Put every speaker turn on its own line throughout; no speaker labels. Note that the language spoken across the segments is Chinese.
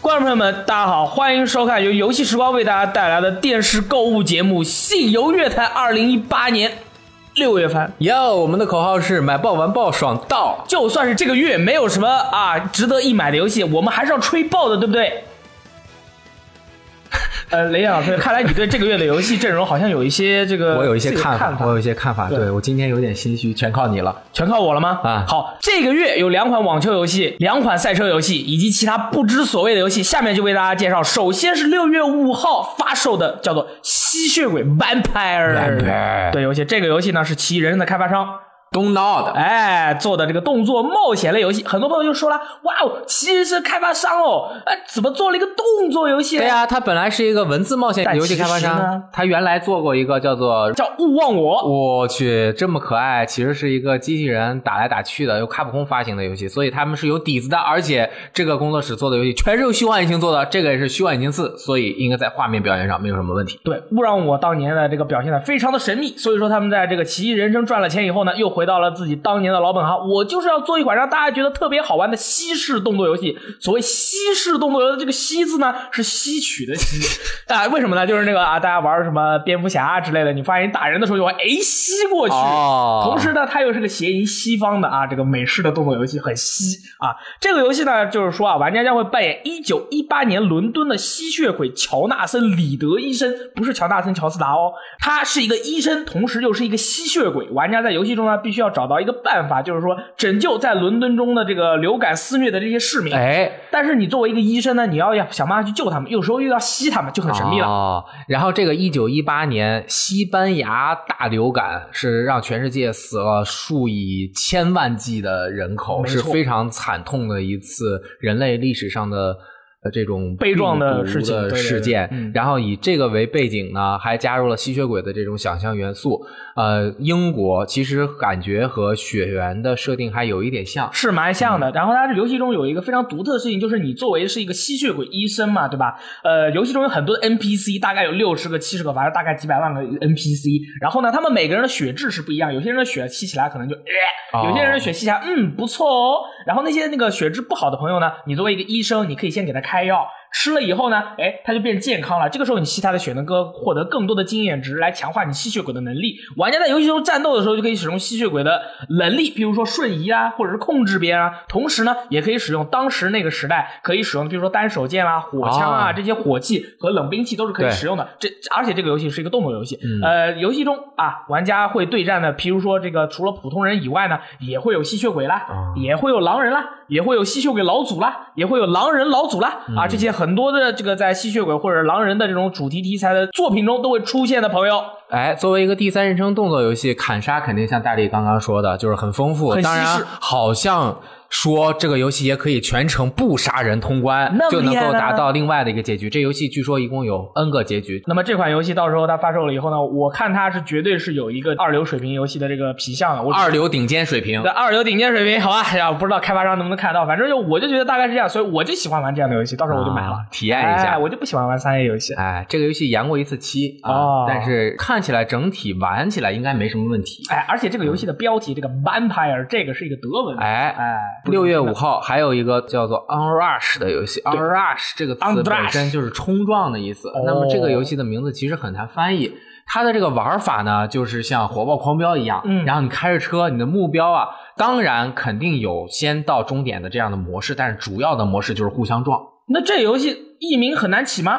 观众朋友们，大家好，欢迎收看由游戏时光为大家带来的电视购物节目《信游乐坛》二零一八年六月番。
哟，我们的口号是买爆玩爆爽到，
就算是这个月没有什么啊值得一买的游戏，我们还是要吹爆的，对不对？ 呃，雷电老师，看来你对这个月的游戏阵容好像有一些这个，
我有一些
自己的
看
看
法，我有一些看法，
对
对我今天有点心虚，全靠你了。
全靠我了吗？
啊
好，这个月有两款网球游戏、两款赛车游戏以及其他不知所谓的游戏，下面就为大家介绍。首先是六月五号发售的，叫做《吸血鬼 Vampire》
Vampire 哦
对游戏，这个游戏呢是奇异人生的开发商。
东闹的，
哎，做的这个动作冒险类游戏，很多朋友就说了，哇哦，奇异人生开发商哦，哎，怎么做了一个动作游戏？
对、呀、他本来是一个文字冒险
但
游戏开发
其实呢
商，他原来做过一个叫做。
叫勿忘我。
我去，这么可爱，其实是一个机器人打来打去的，由卡普空发行的游戏，所以他们是有底子的。而且这个工作室做的游戏全是由虚幻引擎做的，这个也是虚幻引擎四，所以应该在画面表现上没有什么问题。
对，勿让我当年的这个表现的非常的神秘，所以说他们在这个奇异人生赚了钱以后呢，又回到了自己当年的老本行。我就是要做一款让大家觉得特别好玩的西式动作游戏。所谓西式动作游戏，这个“西”字呢是吸取的“吸”啊，为什么呢？就是那个啊，大家玩什么蝙蝠侠啊之类的，你发现打人的时候就往 A 吸过去。
哦
同时呢，它又是个谐音西方的啊，这个美式的动作游戏很西啊。这个游戏呢，就是说啊，玩家将会扮演1918年伦敦的吸血鬼乔纳森·里德医生，不是乔纳森·乔斯达哦，他是一个医生，同时又是一个吸血鬼。玩家在游戏中呢，必须要找到一个办法，就是说拯救在伦敦中的这个流感肆虐的这些市民。
哎，
但是你作为一个医生呢，你要要想办法去救他们，有时候又要吸他们，就很神秘了。
哦，然后这个一九一八年西班牙大流感是让全世界死了数以千万计的人口，
没
是
错
非常惨痛的一次人类历史上的。呃，这种
悲壮的
病毒
事情对对对
事件，
嗯
然后以这个为背景呢，还加入了吸血鬼的这种想象元素。呃，英国其实感觉和血缘的设定还有一点像，
是蛮像的。然后它这游戏中有一个非常独特的事情，就是你作为是一个吸血鬼医生嘛，对吧？呃，游戏中有很多 NPC，大概有六十个、七十个，反正大概几百万个 NPC。然后呢，他们每个人的血质是不一样，有些人的血吸起来可能就，呃、
哦
有些人的血吸起来嗯不错哦。然后那些那个血质不好的朋友呢，你作为一个医生，你可以先给他开药。吃了以后呢，哎，他就变健康了。这个时候你吸他的血，能够获得更多的经验值，来强化你吸血鬼的能力。玩家在游戏中战斗的时候，就可以使用吸血鬼的能力，比如说瞬移啊，或者是控制别人啊。同时呢，也可以使用当时那个时代可以使用的，比如说单手剑啊、火枪啊、
哦
这些火器和冷兵器都是可以
对
使用的。这而且这个游戏是一个动作游戏，
嗯
呃，游戏中啊，玩家会对战的，比如说这个除了普通人以外呢，也会有吸血鬼啦，
啊
也会有狼人啦，也会有吸血鬼老祖啦，也会有狼人老祖啦，
嗯
啊，这些很多的这个在吸血鬼或者狼人的这种主题题材的作品中都会出现的朋友，
哎，作为一个第三人称动作游戏，砍杀肯定像大力刚刚说的，就是很丰富。
很稀释
当然，好像说这个游戏也可以全程不杀人通关
那，么
就
厉
能
害呢
够达到另外的一个结局。这游戏据说一共有 N 个结局。
那么这款游戏到时候它发售了以后呢，我看它是绝对是有一个二流水平游戏的这个皮相的，我
二流顶尖水平
对，二流顶尖水平，好吧，哎呀，不知道开发商能不能看到，反正就我就觉得大概是这样，所以我就喜欢玩这样的游戏，到时候我就买了。
啊体验一下
哎，。我就不喜欢玩三 A 游戏。
哎，这个游戏延过一次期啊，
哦
但是看起来整体玩起来应该没什么问题。
哎，而且这个游戏的标题，这个 vampire，这个是一个德文。
哎
哎，
六月五号还有一个叫做 Onrush 的游戏，Onrush 这个词
Onrush 哦
本身就是冲撞的意思。那么这个游戏的名字其实很难翻译。它的这个玩法呢，就是像火爆狂飙一样，
嗯
然后你开着车，你的目标啊，当然肯定有先到终点的这样的模式，但是主要的模式就是互相撞
那这游戏译名很难起吗？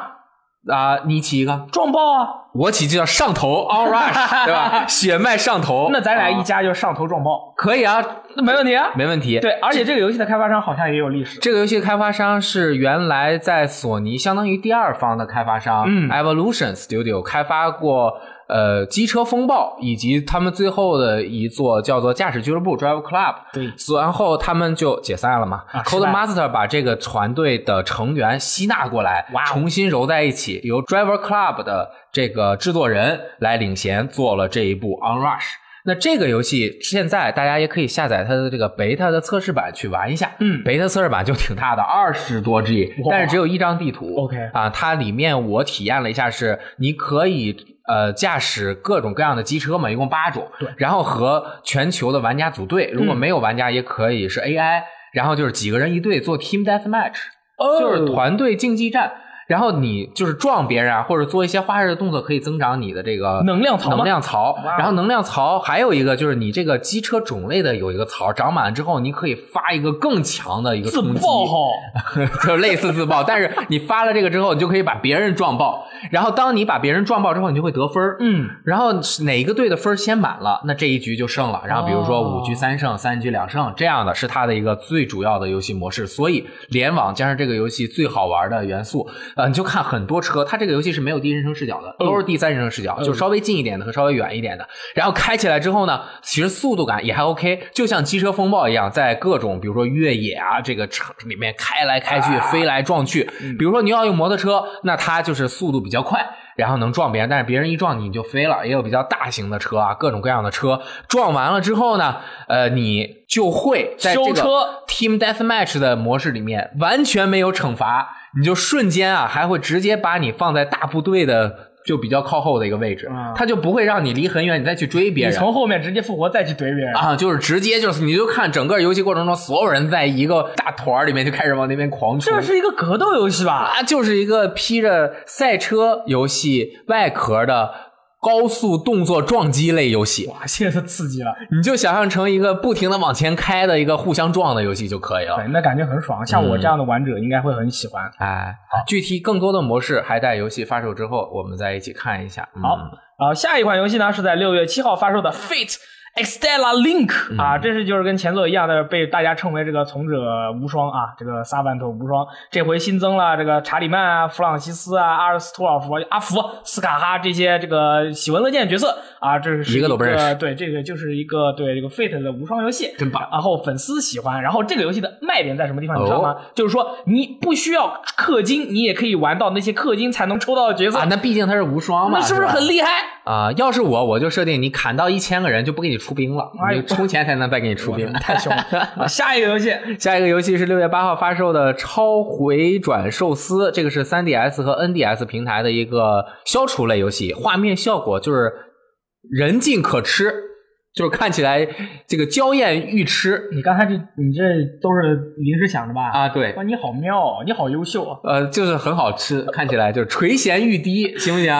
啊、你起一个，
撞爆啊！
我起就叫上头 Onrush，对吧？血脉上头，
那咱俩一
啊
家就上头撞爆，
可以啊，
那没问题啊。
没问题。
对，而且这个游戏的开发商好像也有历史。
这个游戏开发商是原来在索尼相当于第二方的开发商，
嗯
，Evolution Studio 开发过呃《机车风暴》，以及他们最后的一座叫做《驾驶俱乐部》（Drive Club）。
对
然后他们就解散了嘛。
啊失败
Codemaster 把这个团队的成员吸纳过来，
哇哦
重新揉在一起，由 Driver Club 的这个制作人来领衔做了这一部 Onrush。那这个游戏现在大家也可以下载它的这个 beta 的测试版去玩一下，
嗯
，beta 测试版就 挺大的，二十多 G，
哇
但是只有一张地图。
OK
啊，它里面我体验了一下是，你可以呃驾驶各种各样的机车嘛，一共八种，
对
然后和全球的玩家组队，如果
嗯
没有玩家也可以是 AI，、然后就是几个人一队做 team deathmatch。
哦
就是团队竞技战。然后你就是撞别人啊，或者做一些花式的动作，可以增长你的这个
能量槽吗
能量槽
哇，哦
然后能量槽还有一个就是你这个机车种类的有一个槽，长满了之后，你可以发一个更强的一个
自
冲击，
爆哈，
就是类似自爆，但是你发了这个之后，你就可以把别人撞爆。然后当你把别人撞爆之后，你就会得分儿。
嗯，
然后哪一个队的分儿先满了，那这一局就胜了。然后比如说
哦
五局三胜、三局两胜这样的，是它的一个最主要的游戏模式。所以联网加上这个游戏最好玩的元素，呃，你就看很多车，它这个游戏是没有第一人称视角的，都是第三人称视角，
嗯
就稍微近一点的和稍微远一点的。然后开起来之后呢，其实速度感也还 OK，就像机车风暴一样，在各种比如说越野啊这个城里面开来开去、
啊
飞来撞去。
嗯
比如说你要用摩托车，那它就是速度比较快。然后能撞别人，但是别人一撞你就飞了。也有比较大型的车啊，各种各样的车撞完了之后呢，呃，你就会在这
修
个
车
team deathmatch 的模式里面完全没有惩罚，你就瞬间啊，还会直接把你放在大部队的就比较靠后的一个位置
啊，
他就不会让你离很远，你再去追别
你
人。
从后面直接复活再去怼别人，
啊，就是直接就是，你就看整个游戏过程中，所有人在一个大团儿里面就开始往那边狂冲。
这是一个格斗游戏吧？
啊，就是一个披着赛车游戏外壳的高速动作撞击类游戏，
哇，现在刺激了，
你就想象成一个不停的往前开的一个互相撞的游戏就可以了。
对，那感觉很爽，像
嗯
我这样的玩者应该会很喜欢。
哎，具体更多的模式还待游戏发售之后我们再一起看一下。嗯
好，然后啊下一款游戏呢是在六月七号发售的《Fate Extella Link》啊，
嗯
这是就是跟前作一样的被大家称为这个从者无双啊，这个萨万特无双。这回新增了这个查理曼啊、弗朗西斯啊、阿尔斯托尔夫、阿福、斯卡哈这些这个喜闻乐见的角色啊，这是
一个都不认识
对，这个就是一个对这个 Fate 的无双游戏，
真棒！
然后粉丝喜欢，然后这个游戏的卖点在什么地方？你知道吗？就是说你不需要氪金，你也可以玩到那些氪金才能抽到的角色，
啊，那毕竟它是无双嘛，
那是不是
吧
很厉害？
啊、要是我，我就设定你砍到一千个人就不给你出兵了，
哎呦
你就充钱才能再给你出 兵。
太凶了！啊下一个游戏，
下一个游戏是六月八号发售的《超回转寿司》，这个是 3DS 和 NDS 平台的一个消除类游戏，画面效果就是人尽可吃，就是看起来这个娇艳欲痴
你刚才这你这都是临时想的吧？，
啊，对
哇，，你好妙哦，你好优秀啊！
呃，就是很好吃，看起来就是垂涎欲滴，行不行？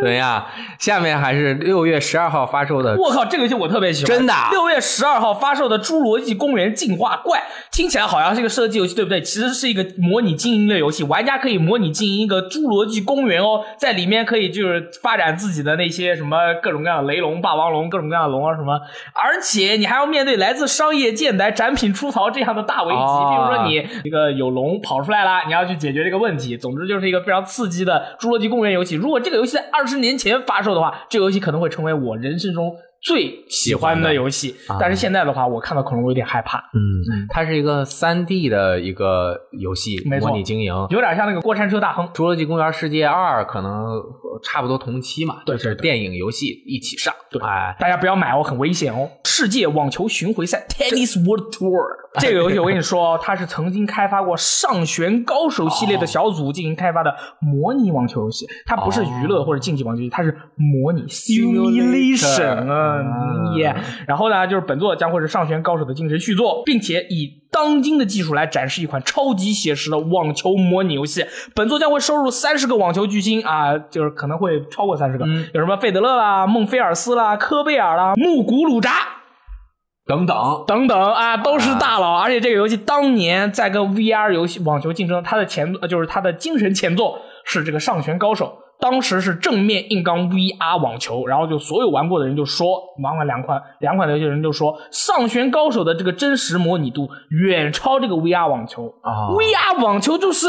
怎么样？下面还是六月十二号发售的，
我靠，这个游戏我特别喜欢，
真的啊
六月十二号发售的《侏罗纪公园进化怪》，听起来好像是一个射击游戏，对不对？其实是一个模拟经营类游戏，玩家可以模拟经营一个侏罗纪公园哦，在里面可以就是发展自己的那些什么各种各样的雷龙、霸王龙、各种各样的龙啊什么，而且你还要面对来自商业建材展品出槽这样的大危机，
哦
比如说你这个呃有龙跑出来啦，你要去解决这个问题。总之就是一个非常刺激的《侏罗纪公园》游戏。如果这个游戏在二十年前发售的话，这个游戏可能会成为我人生中最喜欢的游戏。
欢的啊
但是现在的话，我看到恐龙我有点害怕，
嗯，它是一个3 D 的一个游戏，
没错
模拟经营，
有点像那个过山车大亨
《侏罗纪公园世界二》可能呃差不多同期嘛，
对
就是
对对
电影、游戏一起上。
对
哎，
大家不要买哦，很危险哦！世界网球巡回赛 （Tennis World Tour） 这个游戏，我跟你说哦，它是曾经开发过《上旋高手》系列的小组进行开发的模拟网球游戏，它不是娱乐或者竞技网球游戏，它是模拟 simulation 啊
嗯
耶！然后呢，就是本作将会是《上旋高手》的精神续作，并且以当今的技术来展示一款超级写实的网球模拟游戏。本作将会收入三十个网球巨星啊，就是可能会超过三十个，
嗯
有什么费德勒啦、孟菲尔斯啦、科贝尔啦、穆古鲁扎。
等等，
等等啊，都是大佬，而且这个游戏当年在跟 VR 游戏网球竞争，它的前呃就是它的精神前作是这个《上旋高手》，当时是正面硬刚 VR 网球，然后就所有玩过的人就说，玩过两款两款游戏的人就说，《上旋高手》的这个真实模拟度远超这个 VR 网球、
啊
v r 网球就是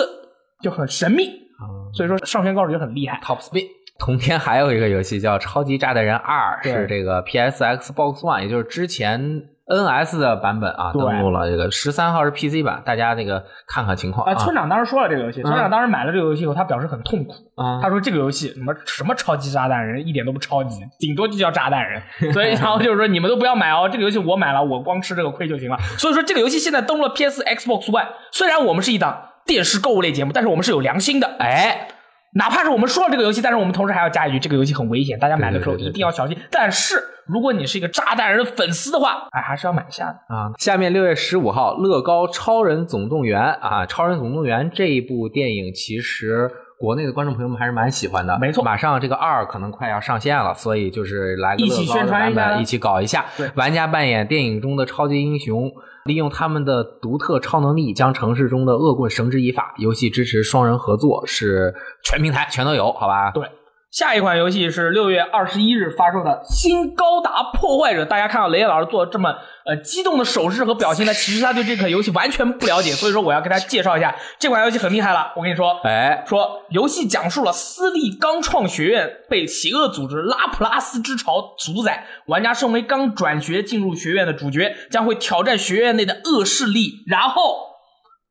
就很神秘，
啊
所以说《上旋高手》就很厉害。
Top Spin。同天还有一个游戏叫《超级炸弹人二》，
对
是这个 PS、Xbox One，也就是之前 NS 的版本啊，
对
登录了这个十三号是 PC 版，大家那个看看情况
啊，
啊。
村长当时说了这个游戏，村长
嗯
当时买了这个游戏以后，他表示很痛苦，
啊
他说这个游戏什么什么超级炸弹人一点都不超级，顶多就叫炸弹人。所以然后就是说你们都不要买哦，这个游戏我买了，我光吃这个亏就行了。所以说这个游戏现在登陆了 PS、Xbox One，虽然我们是一档电视购物类节目，但是我们是有良心的。
哎，
哪怕是我们说了这个游戏，但是我们同时还要加一句，这个游戏很危险，大家买的时候
对对对对
一定要小心。但是如果你是一个炸弹人的粉丝的话，哎，还是要买一下的。
啊，下面六月十五号，《乐高超人总动员》啊，《超人总动员》这一部电影其实。国内的观众朋友们还是蛮喜欢的，
没错
马上这个二可能快要上线了，所以就是来个
一起
乐高
宣
的
传
版
一下
本，一起搞一下。
对
玩家扮演电影中的超级英雄，利用他们的独特超能力，将城市中的恶棍绳之以法。游戏支持双人合作，是全平台全都有，好吧？
对下一款游戏是六月二十一日发售的《新高达破坏者》。大家看到雷老师做这么呃激动的手势和表情呢，其实他对这款游戏完全不了解，所以说我要给他介绍一下这款游戏很厉害了。我跟你说，
哎，
说游戏讲述了私立钢创学院被邪恶组织拉普拉斯之潮主宰，玩家身为刚转学进入学院的主角，将会挑战学院内的恶势力，然后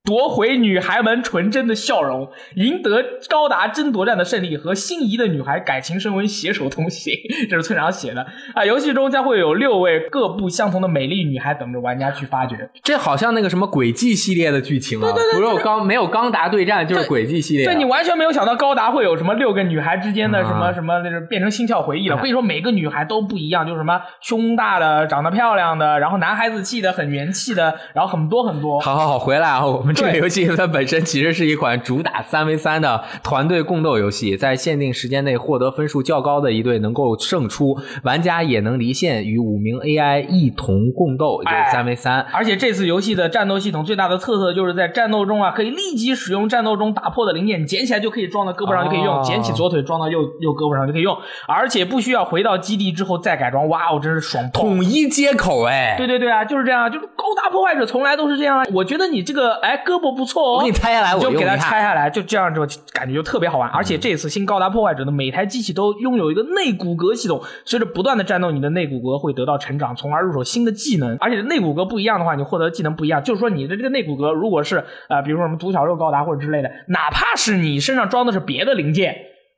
夺回女孩们纯真的笑容，赢得高达争夺战的胜利，和心仪的女孩感情升温，携手同行。这是村长写的啊！游戏中将会有六位各不相同的美丽女孩等着玩家去发掘。
这好像那个什么轨迹系列的剧情啊，不是有钢没有钢达对战，就是
对
轨迹系列啊。
对你完全没有想到高达会有什么六个女孩之间的什么
啊
什么，那是变成心跳回忆了。
哎
我跟你说，每个女孩都不一样，就是什么胸大的、长得漂亮的，然后男孩子气的、很元气的，然后很多很多。
好好好，回来啊！我们这个
对
游戏它本身其实是一款主打三 v 三的团队共斗游戏，在限定时间内获得分数较高的一队能够胜出，玩家也能离线与五名 AI 一同共斗，就
哎
是三 v 三。
而且这次游戏的战斗系统最大的特色就是在战斗中啊，可以立即使用战斗中打破的零件，捡起来就可以装到胳膊上就可以用，
哦
捡起左腿装到右右胳膊上就可以用，而且不需要回到基地之后再改装。哇哦，真是爽爆！
统一接口哎，
对对对啊，就是这样啊，就是高达破坏者从来都是这样啊。我觉得你这个哎胳膊不错哦，
我给你拆下来，我
你就
用
给它
一下嗯
拆下来，就这样就感觉就特别好玩。而且这次新高达破坏者的每台机器都拥有一个内骨骼系统，随着不断的战斗，你的内骨骼会得到成长，从而入手新的技能。而且内骨骼不一样的话，你获得技能不一样。就是说你的这个内骨骼，如果是呃，比如说什么独角兽高达或者之类的，哪怕是你身上装的是别的零件，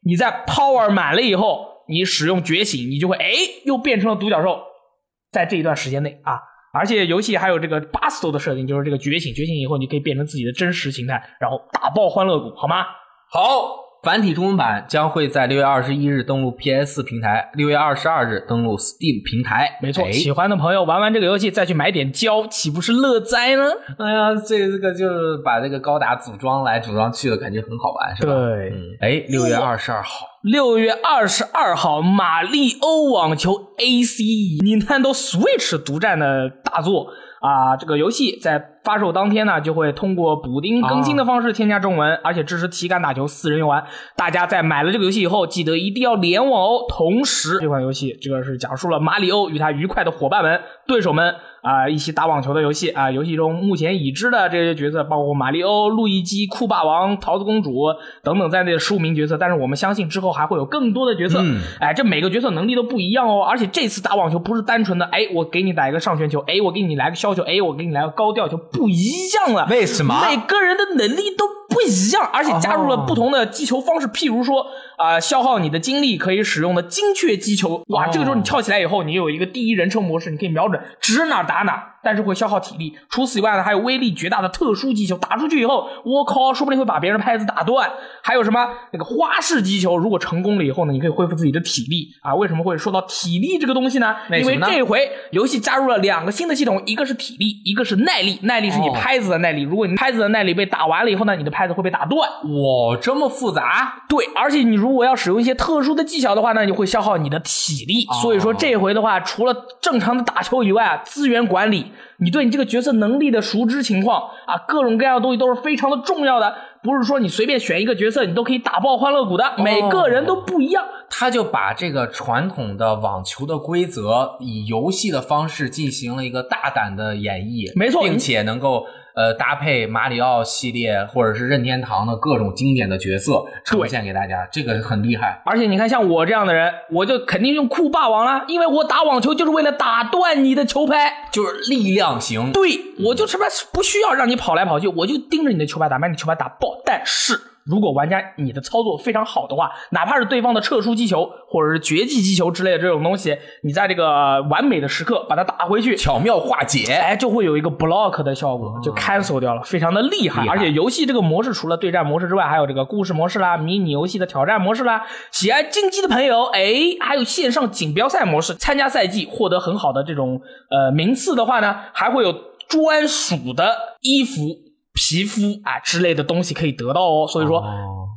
你在 power 满了以后，你使用觉醒，你就会哎又变成了独角兽。在这一段时间内啊。而且游戏还有这个 Busto 的设定，就是这个觉醒，觉醒以后你可以变成自己的真实形态，然后打爆欢乐谷，好吗？
好。繁体中文版将会在六月二十一日登陆 PS 平台，六月二十二日登陆 Steam 平台。
没错，
哎
喜欢的朋友玩完这个游戏再去买点胶，岂不是乐哉呢？
哎呀，这这个就是把这个高达组装来组装去的感觉很好玩，是吧？
对
嗯，哎，六月二十二号，
六月二十二号，《马里欧网球 ACE》Nintendo Switch 独占的大作啊！这个游戏在发售当天呢，就会通过补丁更
啊
新的方式添加中文，而且支持体感打球四人游玩。大家在买了这个游戏以后，记得一定要联网哦。同时，这款游戏这个是讲述了马里欧与他愉快的伙伴们、对手们啊、一起打网球的游戏啊、游戏中目前已知的这些角色包括马里欧、路易基、酷霸王、桃子公主等等在内的十五名角色，但是我们相信之后还会有更多的角色。
嗯
哎，这每个角色能力都不一样哦，而且这次打网球不是单纯的哎，我给你打一个上旋球，哎，我给你来个削球，哎，我给你来个高吊球，不一样了。
为什么？
每个人的能力都不一样，而且加入了不同的击球方式，譬如说啊、消耗你的精力可以使用的精确击球，哇，
哦
这个时候你跳起来以后，你有一个第一人称模式，你可以瞄准指哪儿打哪儿，但是会消耗体力。除此以外呢，还有威力绝大的特殊击球，打出去以后，我靠，说不定会把别人的拍子打断。还有什么那个花式击球，如果成功了以后呢，你可以恢复自己的体力啊。为什么会说到体力这个东西呢？
为
因
什么
为
呢
这回游戏加入了两个新的系统，一个是体力，一个是耐力。耐力是你
哦
拍子的耐力，如果你拍子的耐力被打完了以后呢，你的拍子会被打断。
哇，这么复杂？
对，而且你如果要使用一些特殊的技巧的话呢，你会消耗你的体力。
哦
所以说这回的话，除了正常的打球以外啊，资源管理，你对你这个角色能力的熟知情况啊，各种各样的东西都是非常的重要的。不是说你随便选一个角色，你都可以打爆欢乐谷的，每个人都不一样。
他就把这个传统的网球的规则以游戏的方式进行了一个大胆的演绎，
没错
并且能够呃搭配马里奥系列或者是任天堂的各种经典的角色呈现给大家，这个很厉害。
而且你看，像我这样的人，我就肯定用酷霸王啦，因为我打网球就是为了打断你的球拍。
就是力量型，
对，我就什么不需要让你跑来跑去，我就盯着你的球拍打，把你球拍打爆。但是如果玩家你的操作非常好的话，哪怕是对方的撤出击球或者是绝技击球之类的这种东西，你在这个完美的时刻把它打回去，
巧妙化解。
哎，就会有一个 block 的效果，就 cancel 掉了，非常的厉害。
哦厉害
而且游戏这个模式除了对战模式之外，还有这个故事模式啦、迷你游戏的挑战模式啦。喜爱竞技的朋友，哎，还有线上锦标赛模式，参加赛季获得很好的这种呃名次的话呢，还会有专属的衣服、皮肤啊之类的东西可以得到哦。所以说，
哦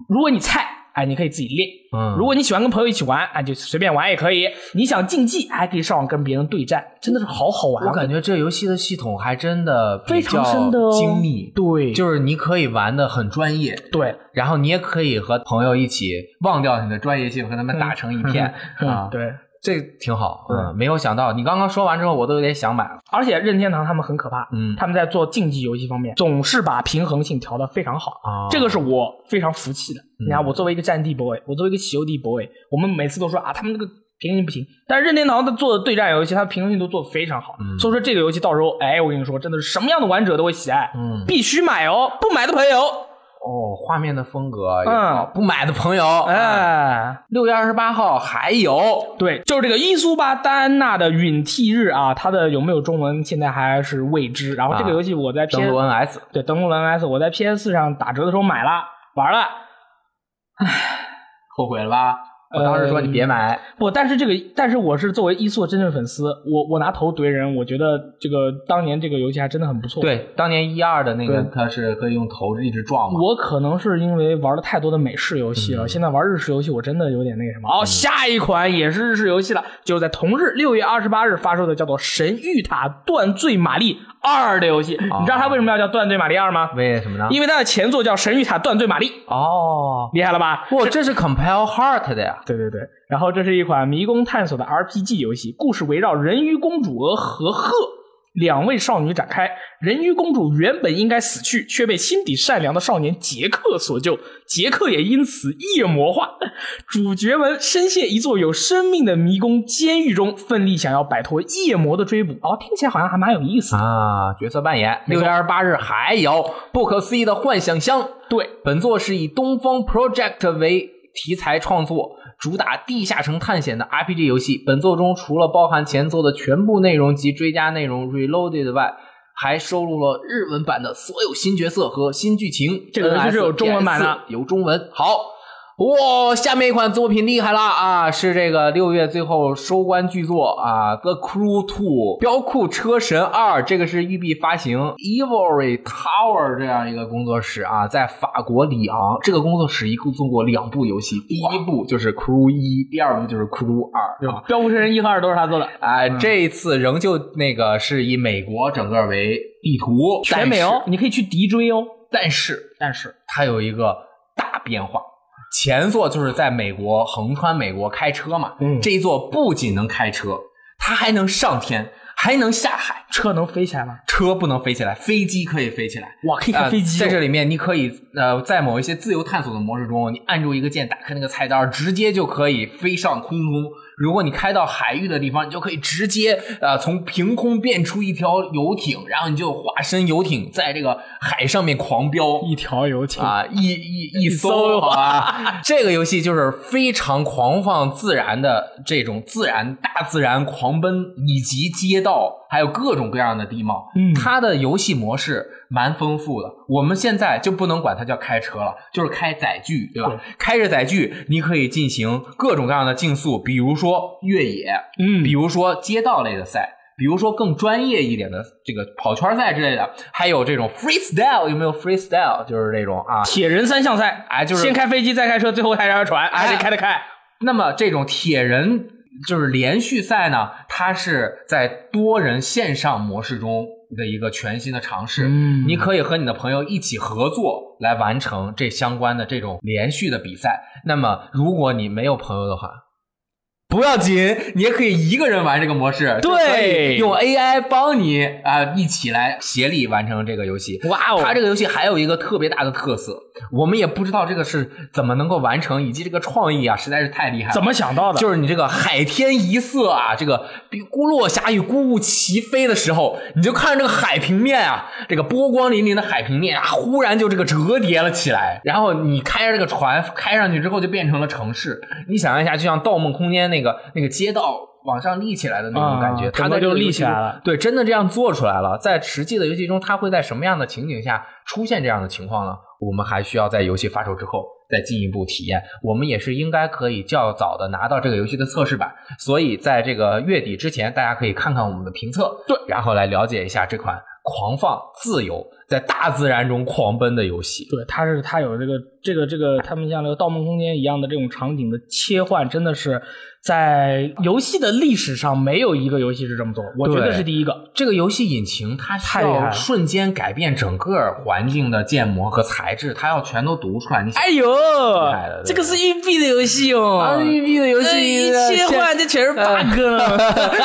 如果你菜，哎，你可以自己练。
嗯，
如果你喜欢跟朋友一起玩，哎，就随便玩也可以。你想竞技，还可以上网跟别人对战，真的是好好玩
我
啊。
感觉这游戏的系统还真的比
非常深的
较
哦
精密，
对，
就是你可以玩的很专业，
对，
然后你也可以和朋友一起忘掉你的专业性，和他们打成一片
嗯，，
啊
对。
这挺好，嗯，没有想到你刚刚说完之后，我都有点想买了，
而且任天堂他们很可怕，
嗯，
他们在做竞技游戏方面总是把平衡性调得非常好，
啊嗯
这个是我非常服气的。你看，我作为一个战地 boy，我作为一个喜游地 boy，我们每次都说啊，他们那个平衡性不行，但是任天堂的做的对战游戏，它的平衡性都做得非常好，
嗯
所以说这个游戏到时候，哎，我跟你说，真的是什么样的玩者都会喜爱，
嗯
必须买哦，不买的朋友，
哦，画面的风格也好，不买的朋友，
嗯
哎，
哎。
六月二十八号还有，
对，就是这个伊苏巴戴安娜的陨替日啊，它的有没有中文现在还是未知。然后这个
啊
游戏我在
登
PS、
录 NS，
对，登录了 NS，我在 PS 上打折的时候买了，玩了。
后悔了吧？
嗯
我当时说你别买，
不，但是这个，但是我是作为伊素的真正粉丝，我我拿头怼人，我觉得这个当年这个游戏还真的很不错。，
对，当年一二的那个
对
它是可以用头一直撞嘛，
我可能是因为玩了太多的美式游戏了，现在玩日式游戏我真的有点那个什么。哦，下一款也是日式游戏了，就是在同日六月二十八日发售的，叫做《神谕塔断罪玛丽二》的游戏。你知道它为什么要叫断罪玛丽二吗？
为什么呢？
因为它的前作叫《神谕塔断罪玛丽》，
哦，
厉害了吧？
哇，这是 Compile Heart 的呀，
对对对，然后这是一款迷宫探索的 RPG 游戏，故事围绕人鱼公主和和鹤两位少女展开。人鱼公主原本应该死去，却被心底善良的少年杰克所救，杰克也因此夜魔化。主角们深陷一座有生命的迷宫监狱中，奋力想要摆脱夜魔的追捕。哦，听起来好像还蛮有意思的。
啊，角色扮演。
没
六
错
月二十八日还有不可思议的幻想乡。
对，
本作是以东方 Project 为题材创作，主打地下城探险的 RPG 游戏。本作中除了包含前作的全部内容及追加内容 Reloaded 外，还收录了日文版的所有新角色和新剧情。
这个游戏是有
NS
中文版的
PS4 有中文。好。哇、下面一款作品厉害了啊！是这个六月最后收官巨作啊，《The Crew Two》《标酷车神二》，这个是育碧发行 Evory Tower 这样一个工作室啊，在法国里昂。这个工作室一共做过两部游戏，第一部就是《Crew 一》，第二部就是《Crew 二》啊。
《标志人一》和二都是他做的。
哎，这一次仍旧那个是以美国整个为地图，
全美哦，你可以去敌追哦。
但是
但
但是
是，
它有一个大变化。前座就是在美国横穿美国开车嘛，
嗯
这一座不仅能开车，它还能上天，还能下海。
车能飞起来吗？
车不能飞起来，飞机可以飞起来。
哇，可以开飞机、哦
呃在这里面，你可以呃，在某一些自由探索的模式中，你按住一个键，打开那个菜单，直接就可以飞上空中。如果你开到海域的地方，你就可以直接呃从凭空变出一条游艇，然后你就化身游艇，在这个海上面狂飙。
一条游艇
啊，一一一啊
艘
艘好吧， 这个游戏就是非常狂放自然的这种自然大自然狂奔，以及街道，还有各种各样的地貌。
嗯
它的游戏模式蛮丰富的。我们现在就不能管它叫开车了，就是开载具，对吧？
对
开着载具，你可以进行各种各样的竞速，比如说越野，
嗯
比如说街道类的赛，比如说更专业一点的这个跑圈赛之类的，还有这种 freestyle，有没有 freestyle？就是这种啊。
铁人三项赛，
哎就是
先开飞机，再开车，最后才开船，还得开得开。
那么这种铁人就是连续赛呢，它是在多人线上模式中的一个全新的尝试。
嗯
你可以和你的朋友一起合作来完成这相关的这种连续的比赛。那么如果你没有朋友的话，不要紧，你也可以一个人玩这个模式，就
对
可以用 AI 帮你啊、一起来协力完成这个游戏。
哇哦
它这个游戏还有一个特别大的特色，我们也不知道这个是怎么能够完成，以及这个创意啊，实在是太厉害了。
怎么想到的？
就是你这个海天一色啊，这个比孤落霞与孤鹜齐飞的时候，你就看着这个海平面啊，这个波光粼粼的海平面啊，忽然就这个折叠了起来。然后你开着这个船开上去之后，就变成了城市。你想象一下，就像《盗梦空间》那个那个街道。往上立起来的那种感觉，
啊
它
整个
在这
就
个
立
游戏
起来
中
了。
对，真的这样做出来了。在实际的游戏中，它会在什么样的情景下出现这样的情况呢？我们还需要在游戏发售之后再进一步体验。我们也是应该可以较早的拿到这个游戏的测试版，所以在这个月底之前，大家可以看看我们的评测，
对，
然后来了解一下这款狂放自由在大自然中狂奔的游戏。
对，它是它有这个这个这个，他们像那个《盗梦空间》一样的这种场景的切换，真的是在游戏的历史上没有一个游戏是这么做，我觉得
对
是第一个。
这个游戏引擎它需
太厉害
要
了
瞬间改变整个环境的建模和材质，它要全都读出来。你想
哎呦
害了，
这个是硬币的游戏哦，
，MVP 的游
这一
戏
切换这全是 bug 了。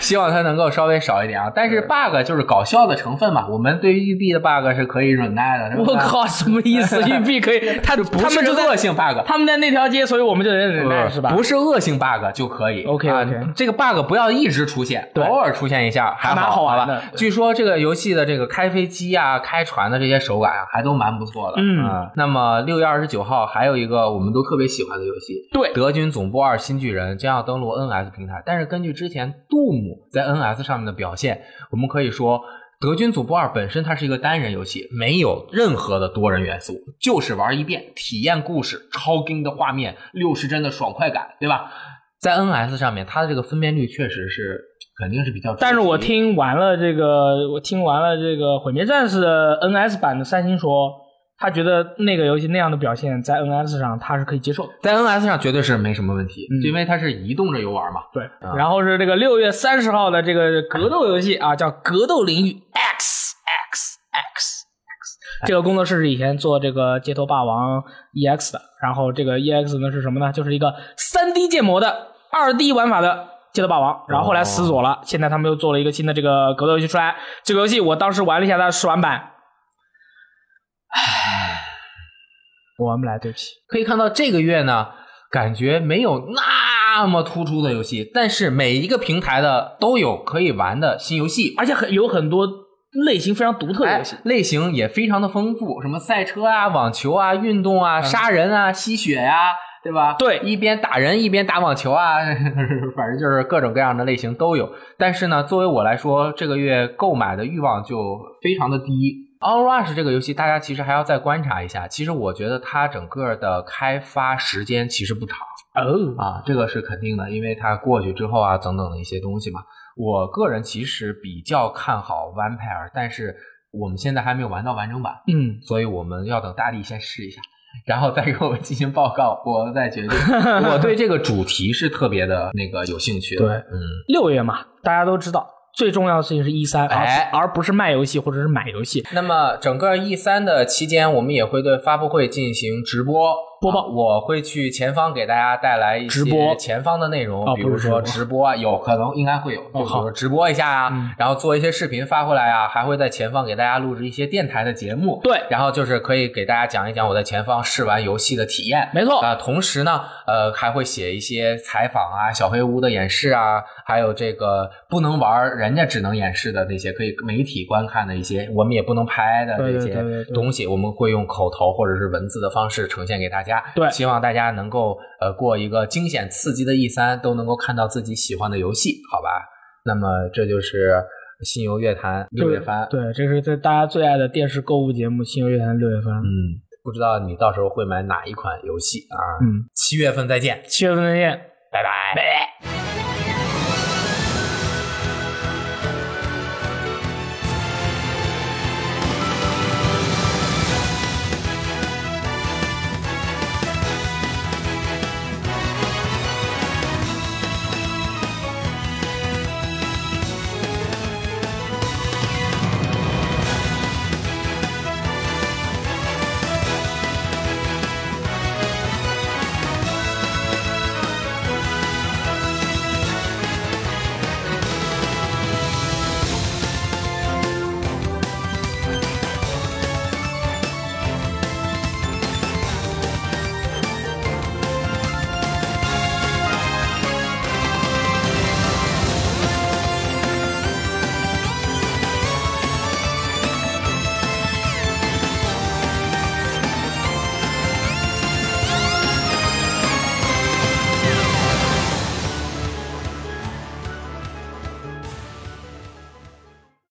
希望它能够稍微少一点啊。但是 bug 就是搞笑的成分嘛，我们对育碧的 bug 是可以忍耐的。是吧
我，靠，什么意 思？硬币可以，他
不
他们
是
就在
恶性 bug。
他们在那条街，所以我们就忍忍耐，是吧？
呃不是恶性 bug 就可以。
OK，OK
啊这个 bug 不要一直出现，
对
偶尔出现一下
还蛮
好
好玩
好
的
吧？据说这个游戏的这个开飞机啊、开船的这些手感啊，还都蛮不错的。
嗯
啊那么六月二十九号还有一个我们都特别喜欢的游戏，
对
德军总部二新巨人将要登陆 NS 平台，但是根据之前杜姆在 NS 上面的表现，我们可以说。德军总部二本身它是一个单人游戏，没有任何的多人元素，就是玩一遍，体验故事，超精的画面，六十帧的爽快感，对吧？在 NS 上面，它的这个分辨率确实是肯定是比较低，
但是我听完了这个，我听完了这个《毁灭战士》的 NS 版的三星说，他觉得那个游戏那样的表现在 NS 上他是可以接受的。
在 NS 上绝对是没什么问题，
嗯
因为它是移动着游玩嘛。
对，然后是这个六月三十号的这个格斗游戏啊，叫《格斗领域 X X X》。这个工作室是以前做这个《街头霸王 EX》的，然后这个 EX 呢是什么呢？就是一个3 D 建模的2 D 玩法的《街头霸王》，然后后来死左了，现在他们又做了一个新的这个格斗游戏出来。这个游戏我当时玩了一下它的试玩版，唉，我玩不来，对不起。
可以看到这个月呢，感觉没有那么突出的游戏，但是每一个平台的都有可以玩的新游戏。
而且很有很多类型非常独特的游戏
哎，类型也非常的丰富，什么赛车啊、网球啊、运动啊、杀人啊、吸血呀、对吧？
对
一边打人一边打网球啊， 反正就是各种各样的类型都有。但是呢，作为我来说，这个月购买的欲望就非常的低。All Rush 这个游戏，大家其实还要再观察一下。其实我觉得它整个的开发时间其实不长。
哦。
啊，这个是肯定的，因为它过去之后啊，等等的一些东西嘛。我个人其实比较看好 Vampire，但是我们现在还没有玩到完整版，
嗯，
所以我们要等大力先试一下，然后再给我们进行报告，我再决定。我对这个主题是特别的那个有兴趣的。
对
嗯，
六月嘛，大家都知道，最重要的事情是一三，
哎
而而不是卖游戏或者是买游戏。
那么整个 E 三的期间，我们也会对发布会进行直播
播报
啊我会去前方给大家带来一些
直播
前方的内容，
哦
比如说
不是
直播啊，有可能应该会有，就
哦
比
好
如说直播一下啊，
嗯
然后做一些视频发回来啊，还会在前方给大家录制一些电台的节目，
对
然后就是可以给大家讲一讲我在前方试玩游戏的体验，
没错
啊、同时呢，呃，还会写一些采访啊、小黑屋的演示啊，还有这个不能玩儿，人家只能演示的那些可以媒体观看的一些，我们也不能拍的
对对
这些
对对对
东西，我们会用口头或者是文字的方式呈现给大家。
对
希望大家能够呃过一个惊险刺激的 E 三，都能够看到自己喜欢的游戏，好吧？那么这就是新游乐坛六月番，
对，这是在大家最爱的电视购物节目《新游乐坛》六月份。
嗯，不知道你到时候会买哪一款游戏啊？
嗯，
七月份再见，
七月份再见，
拜拜。
拜拜。